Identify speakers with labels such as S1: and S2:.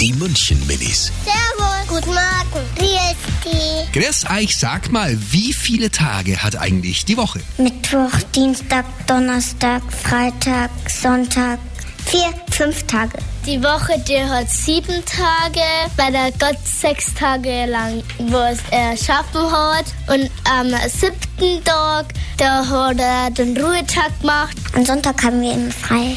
S1: Die München Minis.
S2: Servus. Guten Morgen. Wie
S1: Grüß euch, ah, sag mal, wie viele Tage hat eigentlich die Woche?
S2: Mittwoch, Dienstag, Donnerstag, Freitag, Sonntag. Vier, fünf Tage. Die Woche, die hat sieben Tage, weil der Gott sechs Tage lang, wo es erschaffen hat. Und am siebten Tag, da hat er den Ruhetag gemacht. Am Sonntag haben wir immer frei.